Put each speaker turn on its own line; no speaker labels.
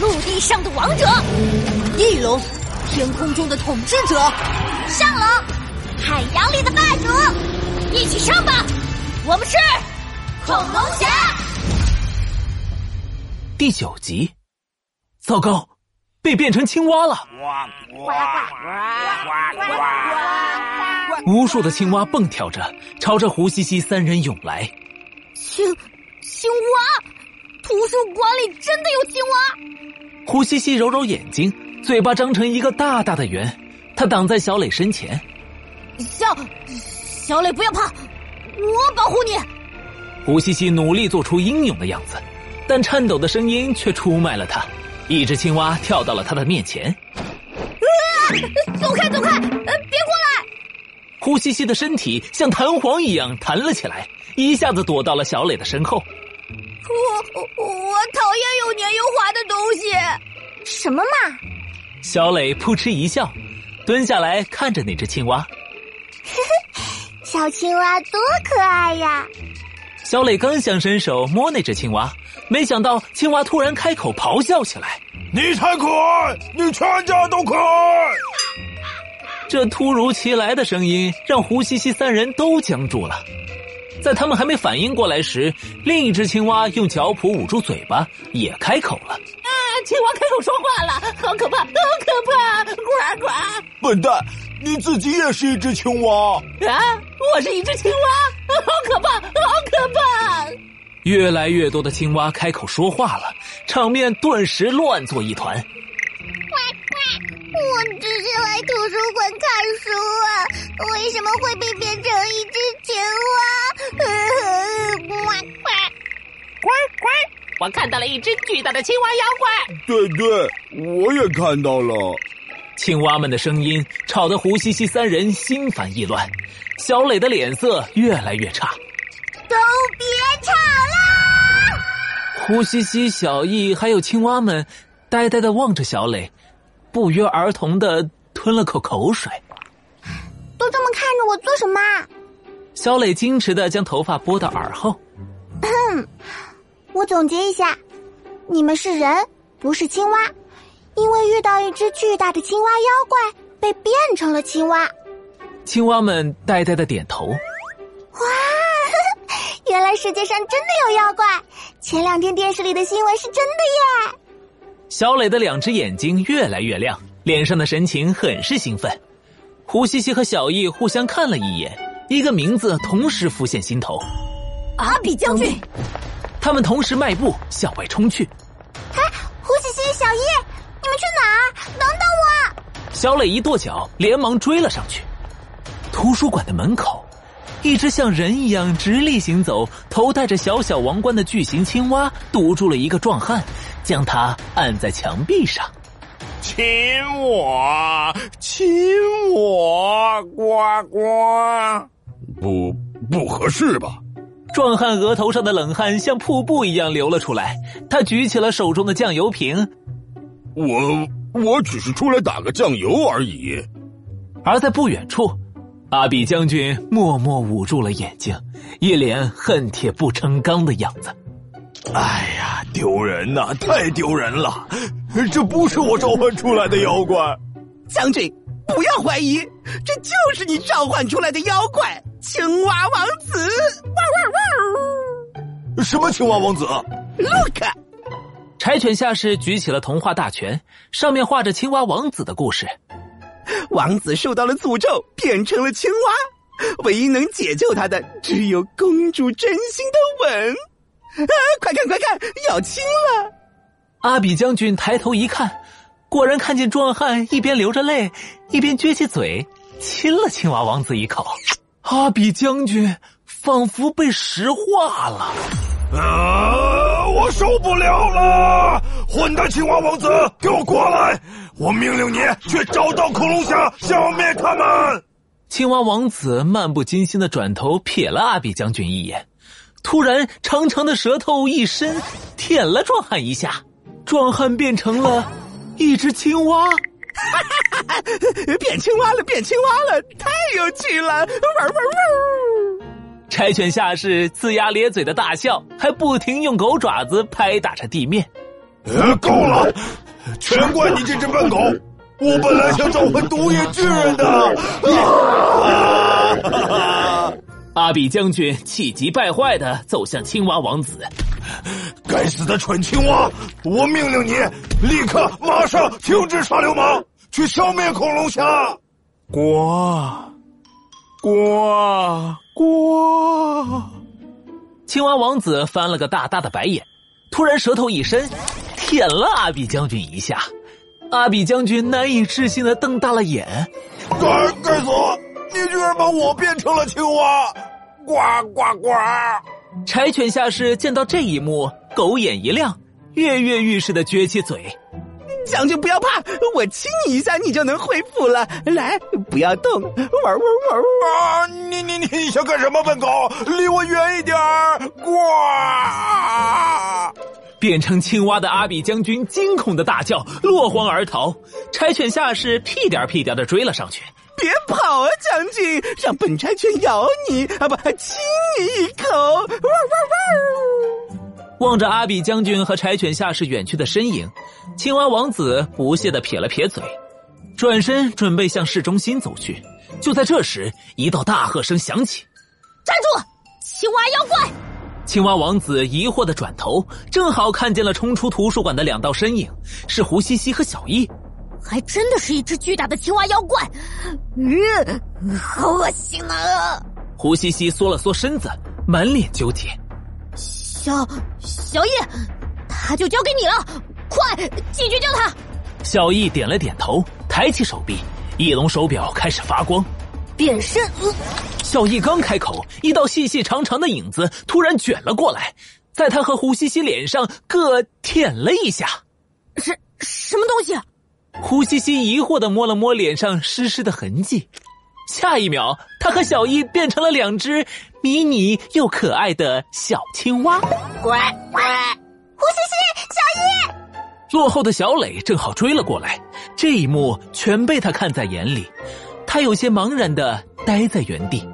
陆地上的王者，
翼龙，天空中的统治者，
上龙，海洋里的霸主，一起上吧！我们是恐龙侠。
第九集，糟糕，被变成青蛙了！
呱呱呱呱呱呱！
无数的青蛙蹦跳着，朝着胡西西三人涌来。
青青蛙，图书馆里真的有青蛙！
胡西西揉揉眼睛，嘴巴张成一个大大的圆，他挡在小磊身前。
小小磊，不要怕，我保护你。
胡西西努力做出英勇的样子，但颤抖的声音却出卖了他。一只青蛙跳到了他的面前，
走开，走开，呃，别过来！
胡西西的身体像弹簧一样弹了起来，一下子躲到了小磊的身后。
我我讨厌又黏又滑的东西。什么嘛？
小磊扑哧一笑，蹲下来看着那只青蛙。
小青蛙多可爱呀！
小磊刚想伸手摸那只青蛙，没想到青蛙突然开口咆哮起来。
你才可爱，你全家都可爱。
这突如其来的声音让胡西西三人都僵住了。在他们还没反应过来时，另一只青蛙用脚蹼捂住嘴巴，也开口了。
青蛙开口说话了，好可怕，好可怕！呱呱啊！
笨蛋，你自己也是一只青蛙。
啊我是一只青蛙，好可怕，好可怕！
越来越多的青蛙开口说话了，场面顿时乱作一团。
我只是来图书馆看书啊，为什么会被变成一只青蛙？呃呱呱！
我看到了一只巨大的青蛙妖怪，
对对，我也看到了。
青蛙们的声音吵得胡西西三人心烦意乱，小磊的脸色越来越差。
都别吵啦！
胡西西、小易还有青蛙们呆呆的望着小磊，不约而同的吞了口口水。
都这么看着我做什么？
小磊矜持的将头发拨到耳后，
我总结一下，你们是人，不是青蛙，因为遇到一只巨大的青蛙妖怪，被变成了青蛙。
青蛙们呆呆的点头。
原来世界上真的有妖怪！前两天电视里的新闻是真的耶！
小磊的两只眼睛越来越亮，脸上的神情很是兴奋。胡西西和小易互相看了一眼，一个名字同时浮现心头，
阿比将军，
他们同时迈步向外冲去。
胡西西、小叶，你们去哪儿？等等我！
小磊一跺脚，连忙追了上去。图书馆的门口，一只像人一样直立行走、头戴着小小王冠的巨型青蛙堵住了一个壮汉，将他按在墙壁上。
亲我，亲我，呱呱！不，不合适吧？
壮汉额头上的冷汗像瀑布一样流了出来，他举起了手中的酱油瓶，
我我只是出来打个酱油而已。
而在不远处，阿比将军默默捂住了眼睛，一脸恨铁不成钢的样子。
哎呀，丢人呐、太丢人了！这不是我召唤出来的妖怪。
将军，不要怀疑，这就是你召唤出来的妖怪——青蛙王子。
什么青蛙王子？
Look，
柴犬下士举起了童话大全，上面画着青蛙王子的故事。
王子受到了诅咒，变成了青蛙。唯一能解救他的，只有公主真心的吻。啊，快看快看，要亲了！
阿比将军抬头一看，果然看见壮汉一边流着泪，一边撅起嘴亲了青蛙王子一口。阿比将军仿佛被石化了。
啊！我受不了了！混蛋青蛙王子，给我过来！我命令你去找到恐龙侠，消灭他们！
青蛙王子漫不经心的转头瞥了阿比将军一眼，突然长长的舌头一伸，舔了壮汉一下，壮汉变成了一只青蛙。
变青蛙了，变青蛙了，太有趣了！玩玩玩！
柴犬下士龇牙咧嘴的大笑，还不停用狗爪子拍打着地面。
呃，够了，全怪你这只笨狗！我本来想召唤毒液巨人的。啊！
阿比将军气急败坏的走向青蛙王子，
该死的蠢青蛙！我命令你立刻、马上停止耍流氓，去消灭恐龙侠！
呱呱呱！
青蛙王子翻了个大大的白眼，突然舌头一伸，舔了阿比将军一下。阿比将军难以置信的瞪大了眼，
该该死！你居然把我变成了青蛙！呱呱呱！啊
柴犬下士见到这一幕，狗眼一亮，跃跃欲试的撅起嘴。
将军不要怕，我亲你一下，你就能恢复了。来，不要动，玩玩玩
啊！你你你想干什么，笨狗？离我远一点儿！啊呱！
变成青蛙的阿比将军惊恐的大叫，落荒而逃。柴犬下士屁颠儿屁颠儿的追了上去。
别跑啊，将军！让本柴犬咬你啊，不，亲你一口！哇哇哇！
望着阿比将军和柴犬下士远去的身影，青蛙王子不屑的撇了撇嘴，转身准备向市中心走去。就在这时，一道大喝声响起：“
站住！青蛙妖怪！”
青蛙王子疑惑的转头，正好看见了冲出图书馆的两道身影，是胡西西和小易。
还真的是一只巨大的青蛙妖怪，嗯，好恶心啊！
胡西西缩了缩身子，满脸纠结。
小小易，他就交给你了，快解决掉他！
小易点了点头，抬起手臂，翼龙手表开始发光，
变身。呃
小易刚开口，一道细细长长的影子突然卷了过来，在他和胡西西脸上各舔了一下。
是什么东西？
胡西西疑惑的摸了摸脸上湿湿的痕迹，下一秒，他和小易变成了两只迷你又可爱的小青蛙。
乖乖，
胡西西，小易。
落后的小磊正好追了过来，这一幕全被他看在眼里，他有些茫然的呆在原地。